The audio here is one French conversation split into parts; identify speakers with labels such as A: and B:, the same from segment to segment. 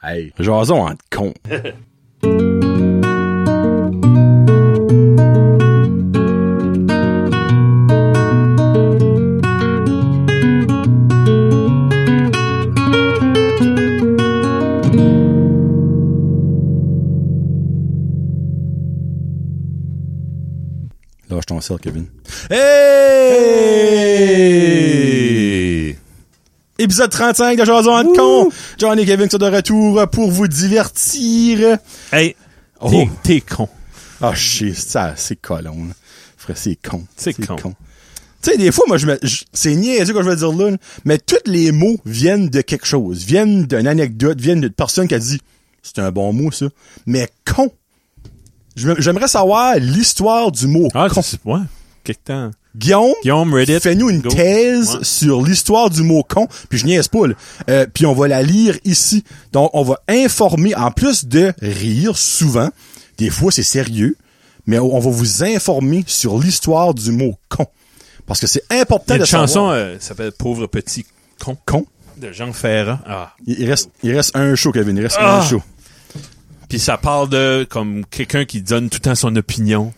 A: Hey, jason en con. Lâche ton sel, Kevin. Hey! Épisode 35 de Jason en con. John et Kevin sont de retour pour vous divertir.
B: Hey,
A: Oh.
B: t'es- t'es con.
A: Ah, chier, ça, c'est colon. là. Frère, c'est con.
B: C'est con.
A: Tu sais, des fois, moi, je me, je- c'est niaiseux que je vais dire là, là, mais tous les mots viennent de quelque chose, viennent d'une anecdote, viennent d'une personne qui a dit, c'est un bon mot, ça. Mais con. Je me- J'aimerais savoir l'histoire du mot
B: Ah,
A: con.
B: c'est... Ouais, quelque temps.
A: Guillaume,
B: Guillaume, Reddit.
A: fais-nous une
B: go.
A: thèse
B: Ouais.
A: sur l'histoire du mot con, puis je niaise pas, là. Euh, puis on va la lire ici. Donc, on va informer, en plus de rire souvent, des fois c'est sérieux, mais on on va vous informer sur l'histoire du mot con. Parce que c'est
B: Il
A: important
B: y a
A: de
B: une chanson
A: savoir.
B: euh, s'appelle Pauvre petit con
A: Con.
B: de Jean Ferrat. Ah.
A: Il il reste, il reste un show, Kevin. Il reste un
B: Ah!
A: show.
B: Puis ça parle de comme quelqu'un qui donne tout le temps son opinion.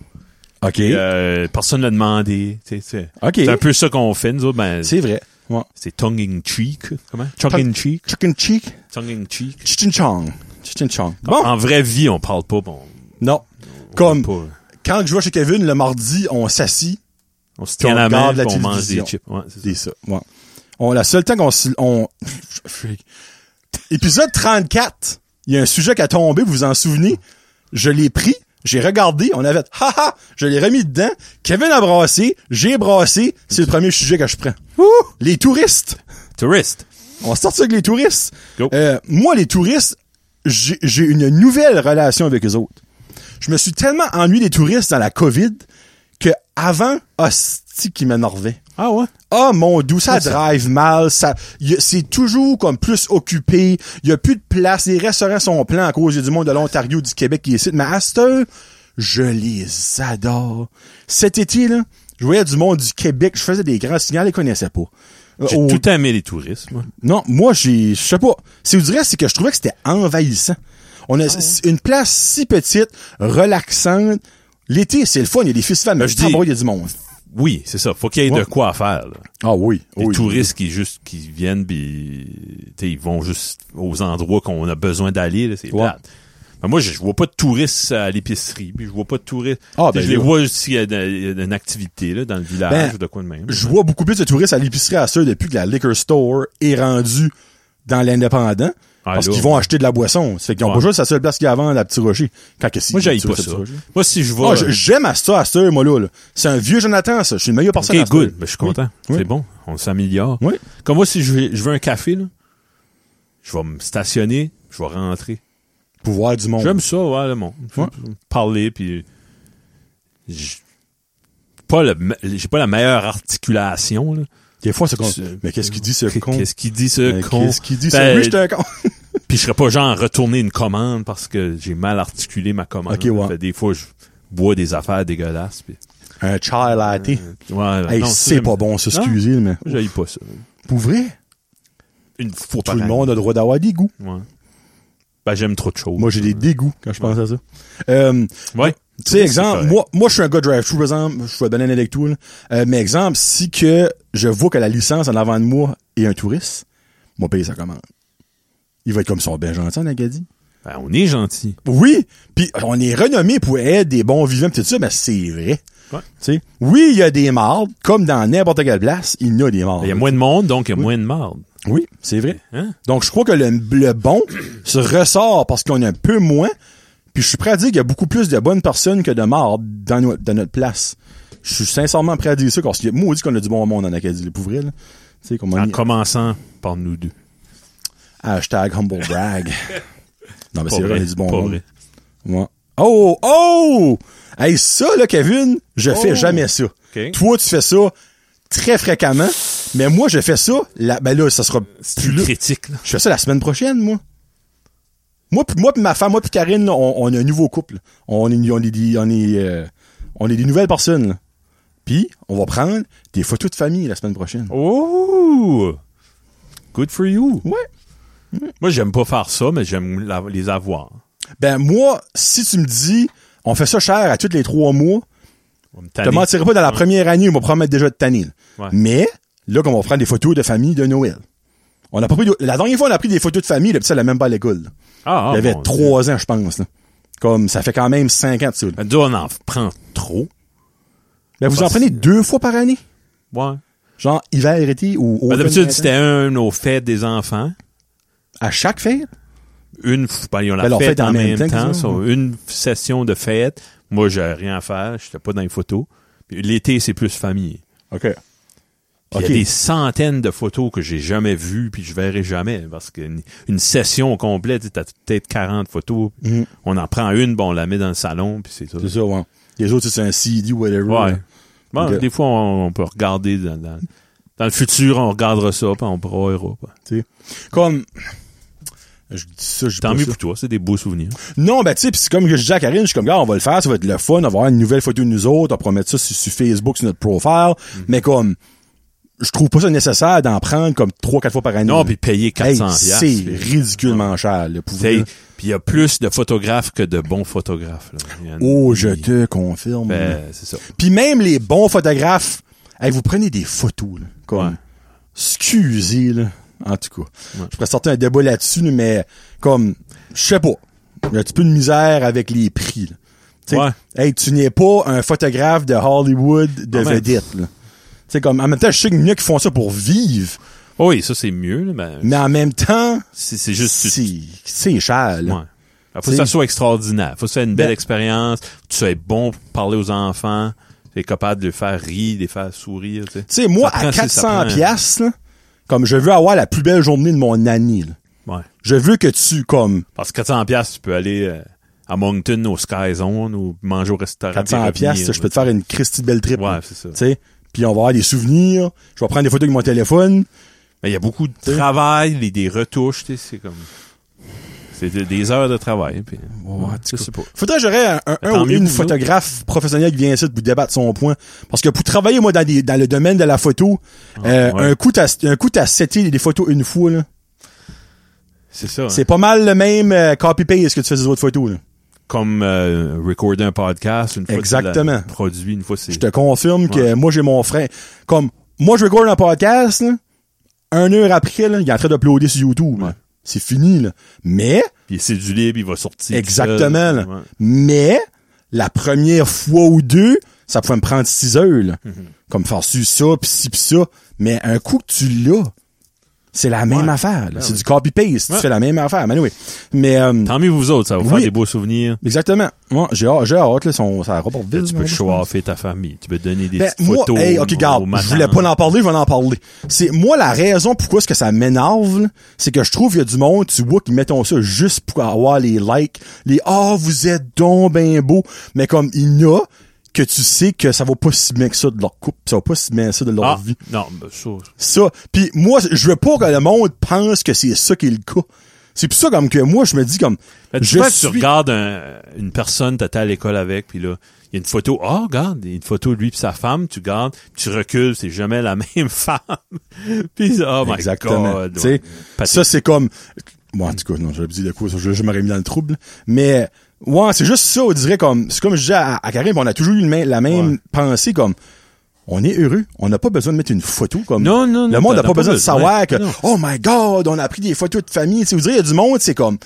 A: OK.
B: Euh, personne ne l'a demandé. tu sais, C'est
A: OK.
B: c'est un peu ça qu'on fait, nous autres. Ben,
A: C'est vrai. Ouais.
B: c'est tongue in cheek. Comment? Tongue in cheek.
A: Chicken cheek.
B: Tongue in cheek.
A: Chicken chong. Chicken chong. Bon.
B: En vraie vie, on parle pas. Bon,
A: Non.
B: on
A: Comme,
B: parle pas.
A: quand je vois chez Kevin, le mardi, on s'assit
B: On se tient
A: on
B: la main,
A: regarde la
B: puis on mange
A: télévision.
B: des chips. Ouais, c'est ça.
A: C'est ça. Ouais. On, la seule temps qu'on s- on, Freak. épisode 34, il y a un sujet qui a tombé, vous vous en souvenez? Je l'ai pris, j'ai regardé, on avait, haha, je l'ai remis dedans, Kevin a brassé, j'ai brassé, c'est le premier sujet que je prends. Les touristes!
B: Touriste.
A: On sort ça avec les touristes.
B: Go.
A: Euh, moi, les touristes, j'ai j'ai une nouvelle relation avec eux autres. Je me suis tellement ennuyé des touristes dans la COVID que avant, hostie qui m'énervait.
B: Ah ouais?
A: Ah mon doux, ça
B: Ouais, ça-
A: drive mal, ça y a- c'est toujours comme plus occupé, il y a plus de place, les restaurants sont pleins à cause du monde de l'Ontario, du Québec qui est ici, mais à cette heure, je les adore. Cet été là, je voyais du monde du Québec, je faisais des grands signaux, ils connaissaient pas. Euh,
B: J'ai
A: au-
B: tout aimé les touristes, moi.
A: Non, moi j'ai je sais pas, si vous direz c'est que je trouvais que c'était envahissant. On
B: Ah
A: a c- une place si petite, relaxante. L'été, c'est le fun, il y a des festivals, mais
B: Ben, je
A: je
B: dis-
A: dis, ah, il y a du monde.
B: Oui, c'est ça. Faut qu'il y ait
A: Ouais.
B: de quoi à faire. là.
A: Ah oui,
B: Les
A: oui.
B: touristes qui juste qui viennent puis tu sais, ils vont juste aux endroits qu'on a besoin d'aller là, c'est
A: Ouais.
B: plate. Mais moi je je vois pas de touristes à l'épicerie, puis je vois pas de touristes.
A: Ah,
B: Tu sais,
A: ben,
B: je les
A: là.
B: vois s'il y a de- il y a une activité là dans le village
A: Ben,
B: ou de quoi de même.
A: je vois beaucoup plus de touristes à l'épicerie à ceux depuis que la liquor store est rendue dans l'indépendant.
B: Ah,
A: parce
B: là,
A: qu'ils vont acheter de la boisson. C'est qu'ils ont
B: Ouais.
A: pas juste la seule place qu'il y a à vendre à Petit Rocher. Quand que si-
B: Moi j'aille
A: Petit
B: pas
A: Rocher,
B: ça. euh,
A: Petit Rocher.
B: Moi si je vois
A: Ah, je- j'aime à ça, à ça, moi, là. là. C'est un vieux Jonathan, ça. Je suis une meilleure personne. à
B: OK
A: ça.
B: good, ben, je suis content.
A: Oui.
B: C'est bon, on s'améliore.
A: Oui.
B: Comme moi si je vais- je veux un café là, je vais me stationner, je vais rentrer.
A: Pouvoir du monde.
B: J'aime ça, ouais, le monde.
A: Ouais.
B: Parler, puis... j- Pas le, me- j'ai pas la meilleure articulation, là.
A: Des fois, c'est con.
B: C'est-
A: Mais qu'est-ce qu'il dit, ce
B: Qu-
A: con?
B: Qu'est-ce qu'il dit, ce
A: Mais
B: con?
A: Qu'est-ce qu'il dit, ce
B: Ben,
A: Oui, j'étais un con.
B: Puis je serais pas genre retourner une commande parce que j'ai mal articulé ma commande.
A: Ok, ouais.
B: Fait des fois, je bois des affaires dégueulasses, puis...
A: Un chai latte.
B: Ouais,
A: Hey,
B: Euh, ben, non, ça,
A: c'est
B: j'aime-
A: pas bon, ça,
B: Non.
A: excusez, mais.
B: J'aille pas ça.
A: Pour vrai?
B: Une fois
A: Tout
B: par
A: le
B: année.
A: monde a le droit d'avoir des goûts.
B: Ouais. Ben, j'aime trop de choses.
A: Moi, j'ai des dégoûts quand je pense à ça. Euh,
B: Ouais.
A: Tu sais,
B: C'est
A: exemple,
B: correct.
A: moi, moi, je suis un gars drive-thru, par exemple. Je vais donner un électro, là. Euh, mais exemple, si que je vois que la licence en avant de moi est un touriste, moi, paye sa commande. Il va être comme son bien gentil en Acadie.
B: Ben, on est gentil.
A: Oui, puis on est renommé pour être des bons vivants, pis tout ça, mais c'est vrai. Tu
B: Ouais.
A: sais, oui, il y a des mardes, comme dans n'importe quelle place, il y en a des mardes.
B: Il y a moins de monde, donc il y a moins de marde.
A: Oui, c'est vrai.
B: Hein?
A: Donc, je crois que le, le bon se ressort parce qu'on est un peu moins. Puis, je suis prêt à dire qu'il y a beaucoup plus de bonnes personnes que de morts dans, no- dans notre place. Je suis sincèrement prêt à dire ça parce que maudit qu'on a du bon monde en Acadie, le pour vrai, là. Tu sais, comme on
B: En
A: dit,
B: commençant par nous deux.
A: Ah, hashtag humble brag. non, mais c'est vrai, on a du bon
B: pas
A: monde.
B: vrai.
A: Ouais. Oh, oh! Hey, ça, là, Kevin, je
B: Oh.
A: fais jamais ça.
B: Ok.
A: Toi, tu fais ça très fréquemment, mais moi, je fais ça, là, ben là, ça sera
B: C'est
A: plus
B: une
A: là.
B: critique, là.
A: Je fais ça la semaine prochaine, moi. Moi, pis- moi pis ma femme, moi puis Karine, là, on, on a un nouveau couple. On est, on est, des- on est, euh, on est des nouvelles personnes. là. Puis, on va prendre des photos de famille la semaine prochaine.
B: Oh! Good for you.
A: Ouais.
B: Moi, j'aime pas faire ça, mais j'aime la- les avoir.
A: Ben, moi, si tu me dis, on fait ça cher à tous les trois mois,
B: On me
A: je te
B: tanner.
A: mentirais pas dans la première année, on va probablement être déjà de tanné. là.
B: Ouais.
A: Mais, là, comme on prend des photos de famille de Noël. On a pas pris de- La dernière fois, on a pris des photos de famille, le petit, elle a même pas à l'école. là.
B: Ah, ah,
A: Il avait
B: mon Dieu.
A: trois ans, je pense. là. Comme, ça fait quand même cinq ans de ça. là.
B: Ben, nous, on en prend trop.
A: Ben, vous en
B: Parce-
A: prenez deux fois par année?
B: Ouais.
A: Genre, hiver, été ou... ou
B: Ben, D'habitude,
A: automne,
B: c'était un de nos fêtes des enfants.
A: À chaque fête?
B: Une, f- ben, ils ont la
A: Ben, leur
B: fête,
A: fête
B: en même, temps.
A: ça,
B: ça,
A: ouais.
B: Une session de fête. Moi, j'ai rien à faire. J'étais pas dans les photos. Puis L'été, c'est plus famille.
A: OK.
B: Puis Il y a des centaines de photos que j'ai jamais vues puis je verrai jamais parce qu'une une session complète, t'as peut-être 40 photos.
A: Mhm.
B: On en prend une, bon, on la met dans le salon puis c'est tout.
A: C'est ça, ouais. Les autres, c'est un CD ou whatever.
B: Ouais.
A: là.
B: Bon,
A: Ok.
B: des fois on, on peut regarder dans, dans, dans le futur, on regardera ça puis on broyera. pas.
A: Comme... Je dis ça, je dis
B: Tant
A: pas
B: mieux
A: ça.
B: pour toi, c'est des beaux souvenirs.
A: Non, ben, tu sais, pis c'est comme que je dis à Karine, je suis comme, gars, on va le faire, ça va être le fun, on va avoir une nouvelle photo de nous autres, on pourra mettre ça sur, sur Facebook, sur notre profile,
B: Mm.
A: mais comme, je trouve pas ça nécessaire d'en prendre comme trois, quatre fois par année.
B: Non, puis payer
A: Hey,
B: 400 piastres,
A: c'est
B: puis-
A: ridiculement cher, là, pour
B: C'est-
A: vrai.
B: Puis il y a plus de photographes que de bons photographes. là. Il y en a-
A: Oh, je te confirme.
B: Ben, c'est ça.
A: Puis même les bons photographes, hey, vous prenez des photos, là, comme,
B: Ouais.
A: excusez, là, en tout cas.
B: Ouais.
A: Je pourrais sortir un débat là-dessus, mais comme, je sais pas, il y a un petit peu de misère avec les prix, là. Tu sais,
B: Ouais.
A: Hey, tu n'es pas un photographe de Hollywood de
B: Ah, mais-
A: vedette, là. Tu sais, comme, en même temps, je sais qu'il y en a qui font ça pour vivre,
B: Oh oui, ça c'est mieux, là, ben,
A: mais en même temps,
B: c'est c'est juste tu-
A: c'est c'est cher, là.
B: Ouais. Alors, faut que ça
A: T'sais-
B: soit extraordinaire. Faut que ça soit une belle
A: Ben-
B: expérience. Tu sois bon pour parler aux enfants. Tu es capable de les faire rire, de les faire sourire. Tu
A: Tu sais, moi,
B: Ça
A: à
B: prend, c'est-
A: 400
B: ça prend.
A: piastres, là, comme je veux avoir la plus belle journée de mon année, là.
B: Ouais.
A: Je veux que tu, comme,
B: Parce que 400 piastres, tu peux aller euh, à Moncton, au Sky Zone, ou manger au restaurant. puis
A: 400
B: revenir,
A: piastres, je peux
B: là.
A: te faire une Christie belle trip.
B: Ouais,
A: là.
B: c'est ça.
A: Tu sais, puis on va avoir des souvenirs, je vais prendre des photos avec mon téléphone.
B: Mais il y a beaucoup de travail, les- des retouches, tu sais, c'est comme... C'est de- des heures de travail. Puis, ouais, je sais pas.
A: Faudrait que j'aurais un, un-
B: Mais
A: un
B: tant
A: ou
B: mieux
A: une
B: pour nous.
A: photographe professionnelle qui vient ici pour débattre son point. Parce que pour travailler, moi, dans, des- dans le domaine de la photo, euh,
B: Ah, ouais.
A: un coup, t'as, un coup, t'as seté des photos une fois, là.
B: C'est ça. hein.
A: C'est pas mal le même euh, copy-paste que tu fais des autres photos, là.
B: comme euh, recorder un podcast une fois
A: Exactement.
B: que tu l'as produit, une fois c'est
A: Je te confirme que moi, j'ai mon frère. Comme, moi, je regarde un podcast, là, un heure après, là, il est en train d'uploader sur YouTube. là. C'est fini, là. Mais,
B: puis c'est du libre, il va sortir. tout seul.
A: Exactement. là.
B: Ouais.
A: Mais la première fois ou deux, ça pouvait me prendre six heures. là.
B: Mhm.
A: Comme faire su ça, pis ci, pis ça. Mais un coup que tu l'as, c'est la même
B: Ouais.
A: affaire. là.
B: Ouais,
A: c'est
B: ouais.
A: du copy-paste. Tu
B: Ouais.
A: fais la même affaire. Mais oui. Mais euh,
B: Tant mieux vous autres, ça va vous
A: Oui.
B: faire des beaux souvenirs.
A: exactement. Moi, j'ai hâte, j'ai hâte là, son, ça rapporte
B: Là,
A: vite.
B: tu
A: là,
B: peux
A: je
B: choisir ta famille. Tu peux donner des
A: Ben,
B: petites
A: moi,
B: photos.
A: hey, ok,
B: au-
A: regarde,
B: au matin.
A: je voulais pas en parler, je vais en parler. C'est moi la raison pourquoi est-ce que ça m'énerve, là, c'est que je trouve qu'il y a du monde, tu vois, qui mettons ça juste pour avoir les likes, les ah vous êtes donc ben beau, mais comme il y en a que tu sais que ça va pas si bien que ça de leur couple, ça va pas si bien que ça de leur
B: Ah,
A: vie.
B: non, ben, ça,
A: Ça, puis moi je veux pas que le monde pense que c'est ça qui est le cas. C'est pour ça comme que moi je me dis comme
B: Ben, tu
A: je
B: vois,
A: suis
B: tu regardes un- une personne, t'étais à l'école avec, puis là, il y a une photo, oh, regarde, il y a une photo de lui puis sa femme, tu gardes, tu recules, c'est jamais la même femme. puis, oh my
A: Exactement.
B: god.
A: Tu sais,
B: ouais. Pathétique.
A: Ça, c'est comme. Moi, en tout cas, non, j'avais dit de quoi, ça, je, je m'aurais mis dans le trouble. Mais, ouais, c'est juste ça, on dirait comme. C'est comme je disais à, à Karim, on a toujours eu le même- la même
B: Ouais.
A: pensée, comme. On est heureux. On n'a pas besoin de mettre une photo comme.
B: Non, non,
A: Le
B: non,
A: monde n'a
B: t'en
A: pas,
B: as
A: besoin de savoir que.
B: Non.
A: Oh my god, on a pris des photos de famille. Tu sais, vous direz, il y a du monde, c'est comme.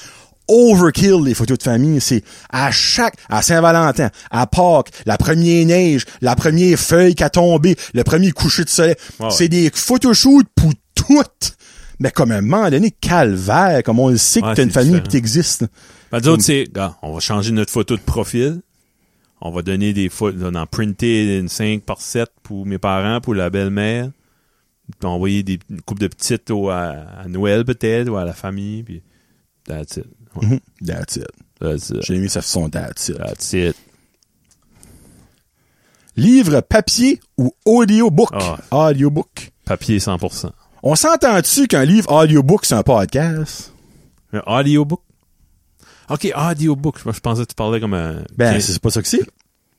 A: Overkill les photos de famille, c'est à chaque, à Saint-Valentin, à Pâques, la première neige, la première feuille qui a tombé, le premier coucher de soleil.
B: Ouais,
A: C'est des photoshoots pour toutes. Mais comme à un moment donné, calvaire, comme on le sait que
B: Ouais,
A: t'as une
B: c'est
A: famille
B: différent.
A: qui existe.
B: Ben, d'autres, c'est, gars, on va changer notre photo de profil. On va donner des photos, on en printer une 5 par 7 pour mes parents, pour la belle-mère. Puis envoyer des une couple de petites au- à, à Noël, peut-être, ou à la famille. Puis, that's it. Ouais,
A: Mhm. That's it.
B: that's it.
A: J'ai mis ça son that's it.
B: That's it.
A: Livre papier ou audiobook?
B: Ah.
A: Audiobook.
B: Papier 100%.
A: On s'entend-tu qu'un livre audiobook, c'est un podcast?
B: Un audiobook? OK, audiobook. Je, je pensais que tu parlais comme un...
A: Ben,
B: Kin-
A: c'est pas ça que c'est.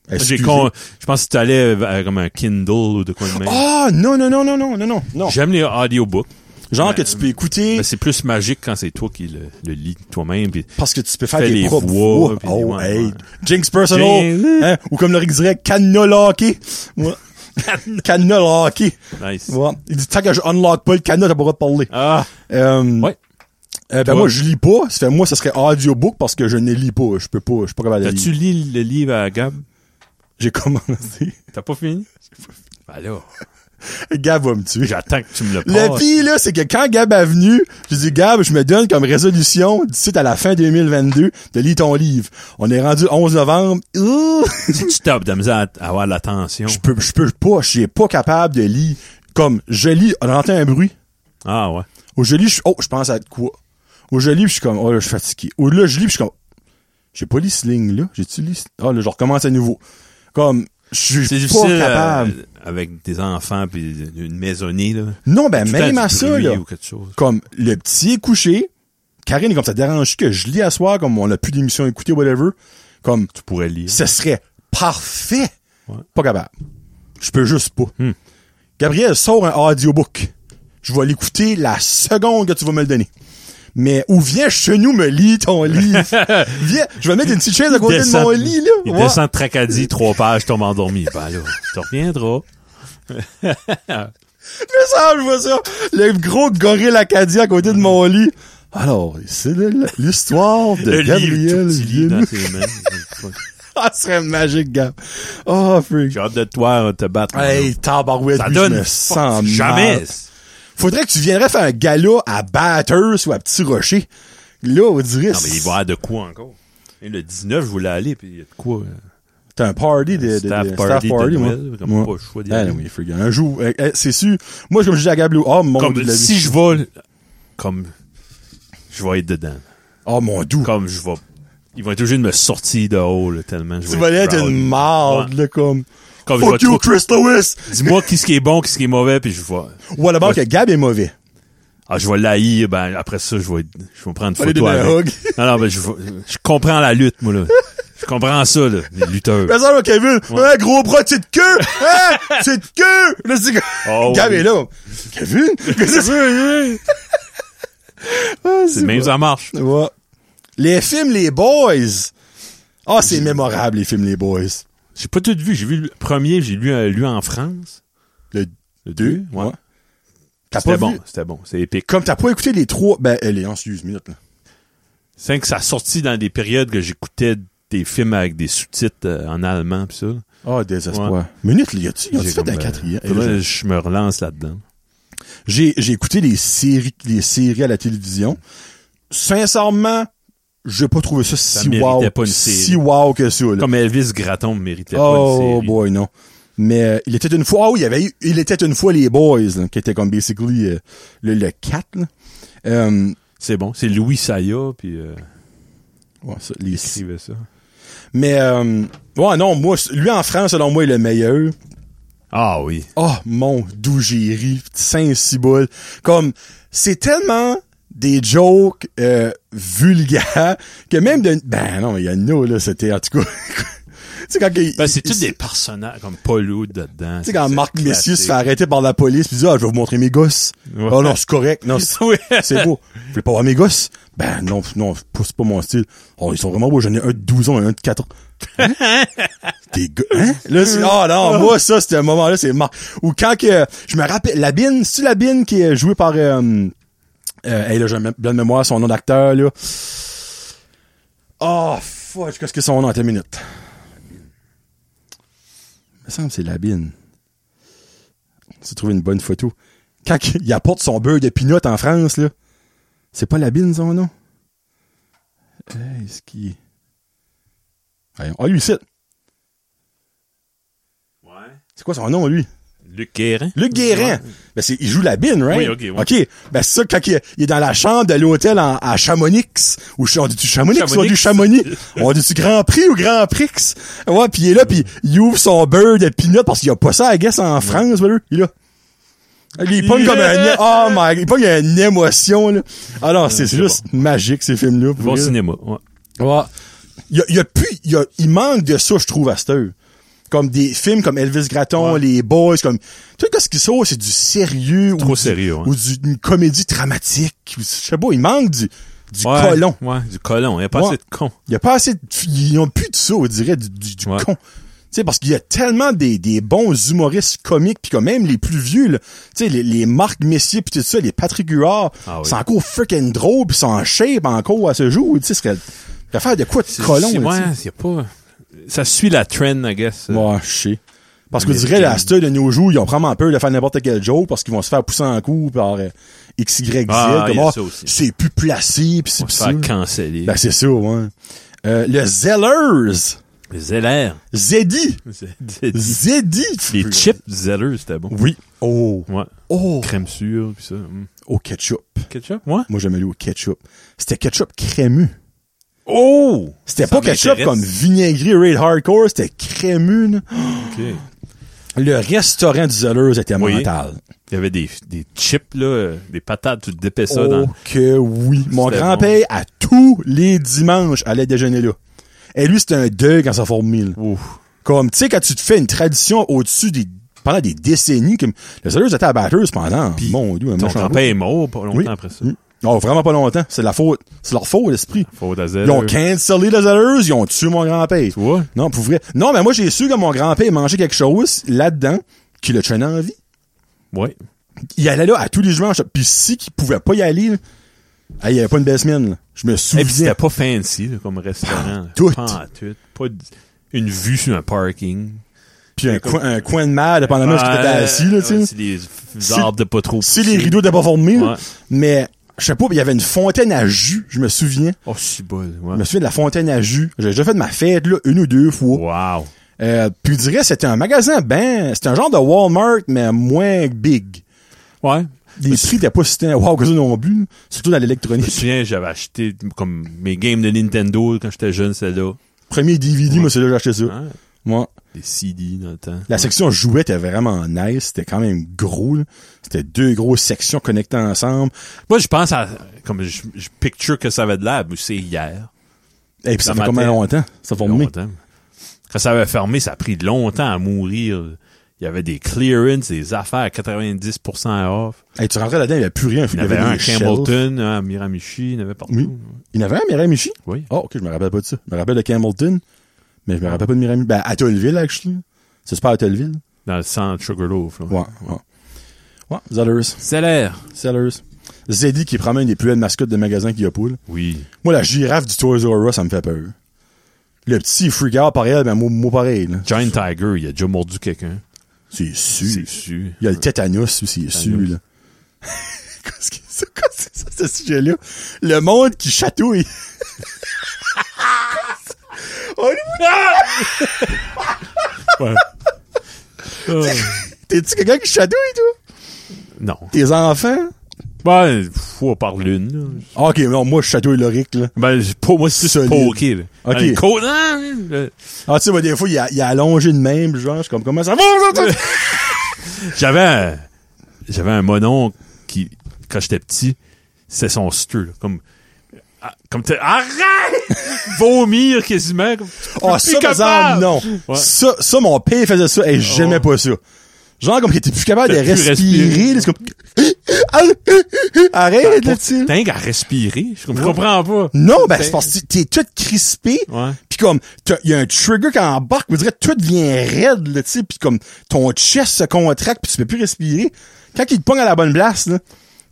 B: J'ai
A: Excusez.
B: con- Je pense que tu allais euh, comme un Kindle ou de quoi de même.
A: Oh! Ah, non, non, non, non, non, non, non, non.
B: J'aime les audiobooks.
A: Genre
B: Ouais,
A: que tu peux écouter
B: Mais Ben, c'est plus magique quand c'est toi qui le, le lis toi-même. Puis
A: parce que tu peux faire
B: fais
A: tes
B: les
A: propres
B: voix,
A: voix.
B: puis
A: Oh,
B: ouais,
A: hey.
B: ouais.
A: Jinx Personal.
B: Jinx.
A: hein, ou comme le Rick dirait, canola hockey. Ouais. canola hockey.
B: nice.
A: Ouais. Il dit, tant que je unlock pas le canot, t'as pas le droit de parler.
B: Ah,
A: Euh,
B: Ouais.
A: euh, ben
B: Toi?
A: moi, je lis pas. Ça fait, moi, ça serait audiobook parce que je ne lis pas. Je peux pas, je suis pas capable de
B: t'as-tu
A: lire.
B: lu le livre à Gab?
A: J'ai commencé.
B: T'as pas fini? Ben là,
A: Gab va me tuer.
B: j'attends que tu me le
A: Le
B: passes.
A: pire, là, Ah, c'est que quand Gab est venu, j'ai dit, Gab, je me donne comme résolution d'ici à la fin 2022 de lire ton livre. On est rendu 11 novembre. Ouh!
B: Si tu tapes de la misère à avoir de l'attention.
A: Je peux, je peux pas, je suis pas capable de lire. Comme, je lis, on entend un bruit.
B: Ah ouais.
A: Au je lis, je suis, oh, je pense à quoi? Au je lis, puis je suis comme, oh là, je suis fatigué. Au là, je lis, puis je suis comme, j'ai pas lu ce ligne-là. J'ai-tu lu? ce- Ah, là, je recommence à nouveau. Comme, je
B: C'est
A: suis pas
B: difficile euh,
A: capable.
B: avec des enfants puis une maisonnée là.
A: Non, ben,
B: Tout le
A: même
B: temps
A: à
B: du
A: ça,
B: bruit
A: là.
B: ou quelque chose.
A: Comme, le petit est couché. Karine est comme, ça te dérange que je lis à soir, comme on a plus d'émission à écouter, whatever. Comme,
B: Tu pourrais lire.
A: ce serait parfait.
B: Ouais.
A: Pas capable. Je peux juste pas.
B: Hmm.
A: Gabriel, sort un audiobook. Je vais l'écouter la seconde que tu vas me le donner. Mais, ou viens chez nous me lis ton livre. viens, je vais mettre une petite chaise à côté de mon lit, là.
B: Il
A: Ouais.
B: descend de Tracadie, trois pages, tombe endormi. Ben là, tu reviendras.
A: Mais ça, je vois ça. Le gros gorille acadien à côté de mon lit. Alors, c'est le- l'histoire de
B: Le
A: Gabriel.
B: livre, tout petit livre
A: Guilou.
B: dans tes mains.
A: Ah, ce serait magique, Gab. Oh, freak.
B: J'ai hâte de toi euh, te battre.
A: Hey, tabarouette,
B: ça
A: oui, je
B: donne
A: me sens
B: jamais.
A: mal. Faudrait que tu viendrais faire un gala à Batters ou à Petit Rocher. Là, on dirait.
B: Non mais il va y avoir de quoi encore. Et le 19, je voulais aller puis il y a de quoi. euh,
A: T'as un party de, de- de-
B: Staff
A: staff
B: party
A: party,
B: de
A: moi.
B: Noël, comme
A: Moi.
B: pas le choix d'y
A: Ah,
B: aller.
A: non, oui, freak. Un jour, eh, eh, c'est sûr. Moi, comme je dis à Gab, oh mon dieu.
B: Comme
A: de la vie.
B: si je vais comme je vais être dedans.
A: Oh mon doux.
B: Comme je vais ils vont être obligés de me sortir de haut là, tellement je
A: Tu
B: vais
A: vas être
B: proud.
A: une marde, là, comme.
B: Comme je vais
A: Fuck you,
B: trop-
A: Chris Lewis!
B: Dis-moi qu'est-ce qui est bon, qu'est-ce qui est mauvais, puis je vois.
A: Ou alors
B: Ouais.
A: que Gab est mauvais.
B: Ah, je vais l'haïr, ben après ça, je vais, je vais me prendre une
A: Allez,
B: photo
A: donner un
B: avec.
A: hug.
B: Non, non, ben je, vais- je comprends la lutte, moi là. Je comprends ça, là, les lutteurs.
A: Mais ça, là, Kevin, hein, gros bras, petite queue! Hein, petite queue! Là, c'est
B: Oh,
A: Gab
B: oui.
A: est là. Kevin? Qu'est-ce que c'est? Ah,
B: C'est même ça marche.
A: Ouais. Les films Les Boys. Ah, c'est mémorable, les films Les Boys.
B: J'ai pas tout vu. J'ai vu le premier, j'ai lu, euh, lu en France.
A: Le 2,
B: Le deux,
A: ouais.
B: ouais.
A: T'as pas
B: C'était
A: vu-
B: bon, c'était bon. C'est épique.
A: Comme t'as pas écouté les trois, ben, elle est en 11 minutes, là.
B: C'est vrai que ça a sorti dans des périodes que j'écoutais des films avec des sous-titres euh, en allemand pis ça. là.
A: Ah, désespoir. Minute, là, y a-tu, y a-tu
B: J'ai
A: fait
B: comme,
A: un
B: euh,
A: quatrième? Eh,
B: faudrait que je me relance là-dedans.
A: J'ai, j'ai écouté les séries, les séries à la télévision. Sincèrement, j'ai pas trouvé ça, si
B: méritait
A: wow,
B: pas une
A: si
B: série.
A: wow que ça, là.
B: Comme Elvis Gratton méritait pas une
A: Oh
B: série.
A: boy, non. Mais euh, il était une fois, ah oui, il y avait eu- il était une fois les boys, là, qui était comme basically euh, le, le 4, là. Euh,
B: C'est bon. C'est Louis Saya puis euh,
A: ouais, ça, les
B: qui écrivait ça.
A: Mais euh, ouais, non, moi, c- lui en France, selon moi, il est le meilleur.
B: Ah oui.
A: Oh mon d'où j'ai ri, saint ciboule. Comme c'est tellement des jokes euh, vulgaires que même de ben non, mais il y en a nous là, c'était en tout cas. tu sais quand il-
B: Ben, c'est tous
A: il-
B: des personnages comme Paul Hood là-dedans.
A: tu sais, quand
B: C'est
A: Marc
B: classique.
A: Messier se fait arrêter par la police, puis dit ah je vais vous montrer mes gosses.
B: Ouais.
A: Oh non c'est correct, non c'est
B: Oui.
A: c'est beau. Je voulais pas voir mes gosses. Ben non non c'est pas mon style. Oh ils sont vraiment beaux, j'en ai un de 12 ans et un de 4 ans. Des gars, hein? Là, c'est, ah
B: Oh.
A: non, moi, ça, c'était un moment-là, c'est marrant. Ou quand que, je me rappelle, la bine, c'est-tu la bine qui est jouée par, euh, euh, hey, là, j'ai un me- blanc de mémoire, son nom d'acteur, là. Oh, fuck, qu'est-ce que son nom, attends une minute. Il me semble que c'est la bine. Tu trouvé une bonne photo. Quand il apporte son beurre de pinot en France, là. C'est pas la bine, son nom? Hey, est-ce qu'il... Voyons. Ah, lui, c'est...
B: Ouais.
A: C'est quoi son nom, lui?
B: Luc Guérin.
A: Luc Guérin. Ben, c'est, il joue la bine, right?
B: Hein? Oui, ok, ouais.
A: OK. Ben, c'est ça, quand il, il est dans la chambre de l'hôtel en- à Chamonix, ou Ch- on dit-tu Chamonix, ou on dit Chamonix? on dit-tu Grand Prix ou Grand Prix? Ouais, puis il est là, puis il ouvre son beurre de peanut, parce qu'il y a pas ça, I guess, en France, voilà. Il est là. Il pogne comme un, oh my, il pogne une émotion, là. Alors, c'est
B: c'est
A: juste magique, ces films-là. pour
B: Bon
A: vrai.
B: cinéma. Ouais.
A: Ouais. Il y a, il y a plus, il y a- il manque de ça, je trouve, à cette heure. comme des films comme Elvis Gratton, les Boys, comme tout ce qui sort, c'est du sérieux
B: Trop
A: ou du-
B: sérieux, ouais.
A: ou d'une comédie dramatique. ou Je sais pas, il manque du du
B: Ouais,
A: colon.
B: Ouais, du colon. Il n'y a pas
A: Ouais.
B: assez de con.
A: Il y a pas assez de, ils ont plus de ça, on dirait, du, du, du
B: Ouais.
A: con. Tu sais, parce qu'il y a tellement des, des bons humoristes comiques, puis quand même les plus vieux, là, tu sais, les, les Marc Messier, puis tout ça, les Patrick Huard,
B: Ah oui.
A: c'est encore freaking drôle, puis c'est en shape encore à ce jour. Tu sais, ce serait serait faire de quoi de
B: C'est-
A: colon,
B: c'est-
A: là,
B: Ouais, il y a pas. Ça suit la trend, I guess.
A: tu sais.
B: euh,
A: Ouais, je sais. Parce que
B: Mais
A: je dirais,
B: c'est-
A: la star de nos jours, ils ont vraiment peur de faire n'importe quel joke, parce qu'ils vont se faire pousser en coup par euh, XYZ,
B: Ah,
A: comme,
B: il y a
A: ah,
B: ça aussi.
A: c'est plus placé, puis c'est
B: On
A: pis
B: se
A: ça.
B: faire canceller.
A: Ben, c'est ça, ouais. Euh, le Zellers,
B: Zeller.
A: Zeddy, Zeddy.
B: Les chips
A: euh,
B: Zeller, c'était bon.
A: Oui. Oh.
B: Ouais.
A: Oh.
B: Crème sûre, puis ça. hum.
A: Au ketchup.
B: Ketchup, ouais.
A: Moi, j'aimais le au ketchup. C'était ketchup crémeux.
B: Oh!
A: C'était
B: Ça
A: pas ketchup
B: m'intéresse.
A: comme vinaigré raid hardcore, c'était crémeux. là.
B: OK. Il
A: Le restaurant du Zellers était
B: Oui.
A: mental.
B: y avait des, des chips, là, euh, des patates, tu dépais ça
A: oh
B: dans.
A: que oui. Mon
B: C'était
A: grand-père, à tous les dimanches, allait déjeuner là. Et lui, c'était un deuil quand ça forme mille.
B: Ouf.
A: Comme, tu sais, quand tu te fais une tradition au-dessus des pendant des décennies, comme le Zellers était à batteuse pendant, mon Dieu, un méchant
B: Ton
A: bout.
B: grand-père est mort pas longtemps
A: Oui.
B: après ça.
A: Mm. Oh, vraiment pas longtemps. C'est de la faute. C'est leur faute, l'esprit.
B: Faut à Zeller.
A: Ils ont cancelé les Zellers, ils ont tué mon grand-père.
B: Tu vois?
A: Non, pour vrai. Non, mais moi, j'ai su que mon grand-père mangeait quelque chose là-dedans qui le tenait en vie.
B: Ouais.
A: Il allait là à tous les dimanches. Puis si qu'il pouvait pas y aller, là, ah, il n'y avait pas une belle semaine. là. Je me
B: Et puis c'était
A: souviens.
B: pas fancy, là, comme restaurant.
A: tout.
B: Pas en tout. Pas d- une vue sur un parking.
A: Puis un, coin, un coin de merde pendant la parce que t'étais
B: Ouais,
A: assis, là, tu
B: ouais,
A: sais.
B: C'est des
A: Si-
B: arbres de pas trop
A: Si
B: pousser.
A: les rideaux étaient pas formés, là.
B: Ouais.
A: mais je sais pas, il y avait une fontaine à jus, je me souviens.
B: Oh, si bol,
A: Je
B: ouais.
A: me souviens de la fontaine à jus. J'ai déjà fait de ma fête, là, une ou deux fois.
B: Wow.
A: Euh, puis je dirais, c'était un magasin, ben, c'était un genre de Walmart, mais moins big.
B: Ouais.
A: Les prix n'étaient pas si wow que ça non plus, surtout dans
B: Je me
A: l'électronique.
B: souviens, j'avais acheté comme mes games de Nintendo quand j'étais jeune, celle-là.
A: Premier DVD, moi, c'est là que j'ai acheté ça.
B: Hein?
A: Moi,
B: Des CD dans le temps.
A: la section jouets était vraiment nice, c'était quand même gros, là. C'était deux grosses sections connectées ensemble.
B: Moi, je pense à, comme je, je picture que ça avait de l'air, mais c'est hier.
A: Et puis ça
B: Dans
A: fait
B: ma
A: combien
B: tête.
A: longtemps? Ça fait combien?
B: Longtemps. Quand ça avait fermé, ça a pris longtemps à mourir. Il y avait des clearance, des affaires à 90% off.
A: Hey, tu rentrais là-dedans, il n'y avait plus rien.
B: Il y en avait un à
A: des shelves.
B: Campbellton, un à Miramichi, il y en avait partout.
A: Oui. Il y en avait un à Miramichi?
B: Oui.
A: Oh, ok, je me rappelle pas de ça. Je me rappelle de Campbellton, mais je me rappelle pas de Miramichi. Ben, à Tollville, actually. C'est super à Tollville.
B: Dans le centre Sugarloaf. là.
A: Ouais, ouais. Ouais, Zellers.
B: C'est l'air.
A: Sellers. Zeddy qui promène des plus belles mascottes de magasins qu'il y a pas, là.
B: Oui.
A: Moi, la girafe du Toys R Us, ça me fait peur. Le petit freak out pareil, ben, moi, moi pareil, là.
B: Giant Tiger, il a déjà mordu quelqu'un.
A: C'est sûr.
B: C'est sûr.
A: Il y a le tétanos aussi, c'est sûr,
B: Tétanos.
A: là. Qu'est-ce que c'est, quoi, c'est ça, ce sujet-là? Le monde qui chatouille. Hollywood,
B: Ouais. Euh,
A: t'es-tu quelqu'un qui chatouille, toi?
B: non.
A: Tes enfants? Ah,
B: Ben, fois par lune. là.
A: Ok, non, moi, je chatouille l'oric, là.
B: Ben, c'est pas moi, c'est juste
A: Solide.
B: poker. là.
A: Ok.
B: Dans les côtes, hein, là.
A: Ah, tu sais, moi, des fois, il a, il a allongé de même, genre, je suis comme, comment ça va?
B: J'avais un, j'avais un monon qui, quand j'étais petit, c'est son steu, là, comme, ah, comme t'es, arrête! Vomir quasiment. Comme,
A: Ah, ça, par exemple, non.
B: Ouais.
A: Ça, ça, mon père faisait ça et j'aimais
B: Oh.
A: pas ça. Genre, comme qu'il était plus capable de
B: T'as plus
A: respirer,
B: respiré.
A: là, c'est comme, arrête, là, tu sais.
B: T'es à respirer. Je com- je comprends pas.
A: Non, ben, c'est parce que t'es tout crispé.
B: Ouais.
A: Pis comme, t'as- il y a un trigger qui embarque, on dirait que tout devient raide, là, tu sais, pis comme, ton chest se contracte pis tu peux plus respirer. Quand il te pogne à la bonne place, là,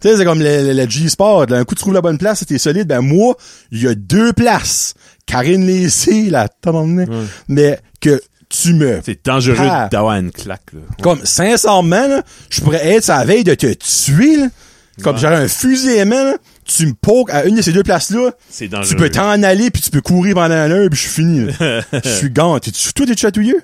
A: tu sais, c'est comme le, le- le G-Sport, là, un coup tu trouves la bonne place, t'es solide, ben moi, il y a deux places. Karine Lessé, là, t'as mais que tu me...
B: C'est dangereux
A: Ah.
B: d'avoir une claque, là.
A: Comme, sincèrement, là, je pourrais être à la veille de te tuer, là. Comme
B: Ouais.
A: j'aurais un fusil aimant, là, tu me poques à une de ces deux places-là,
B: C'est
A: tu
B: dangereux.
A: peux t'en aller puis tu peux courir pendant une heure puis je suis fini. là. Je suis gant. T'es toi t'es chatouilleux?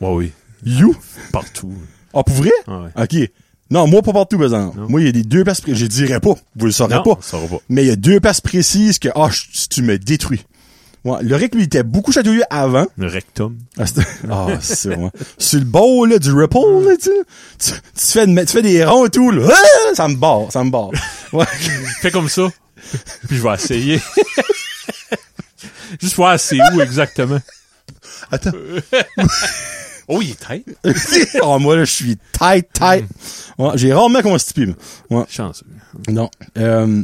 B: Ouais, oui.
A: You?
B: Partout.
A: Ah pour vrai?
B: Ouais.
A: Ok. Non, moi pas partout par exemple. Moi il y a des deux places précises. Je dirais pas. Vous le saurez
B: Non,
A: pas.
B: on saura pas.
A: Mais il y a deux places précises que ah je- tu me détruis. Ouais. Le rec lui était beaucoup chatouilleux avant.
B: Le rectum.
A: Ah c'est ah, c'est ouais. Sur le bord là, du ripple, là, tu, tu, tu fais une- tu fais des ronds et tout. Là. Ah, ça me barre, ça me barre. Ouais.
B: Fais comme ça. Puis je vais essayer. Juste voir c'est où exactement.
A: Attends.
B: Oh, il est tête.
A: oh, moi, là, je suis tight, tight. Ouais, J'ai rarement constipé, moi. Ouais.
B: Chanceux.
A: Non. Euh,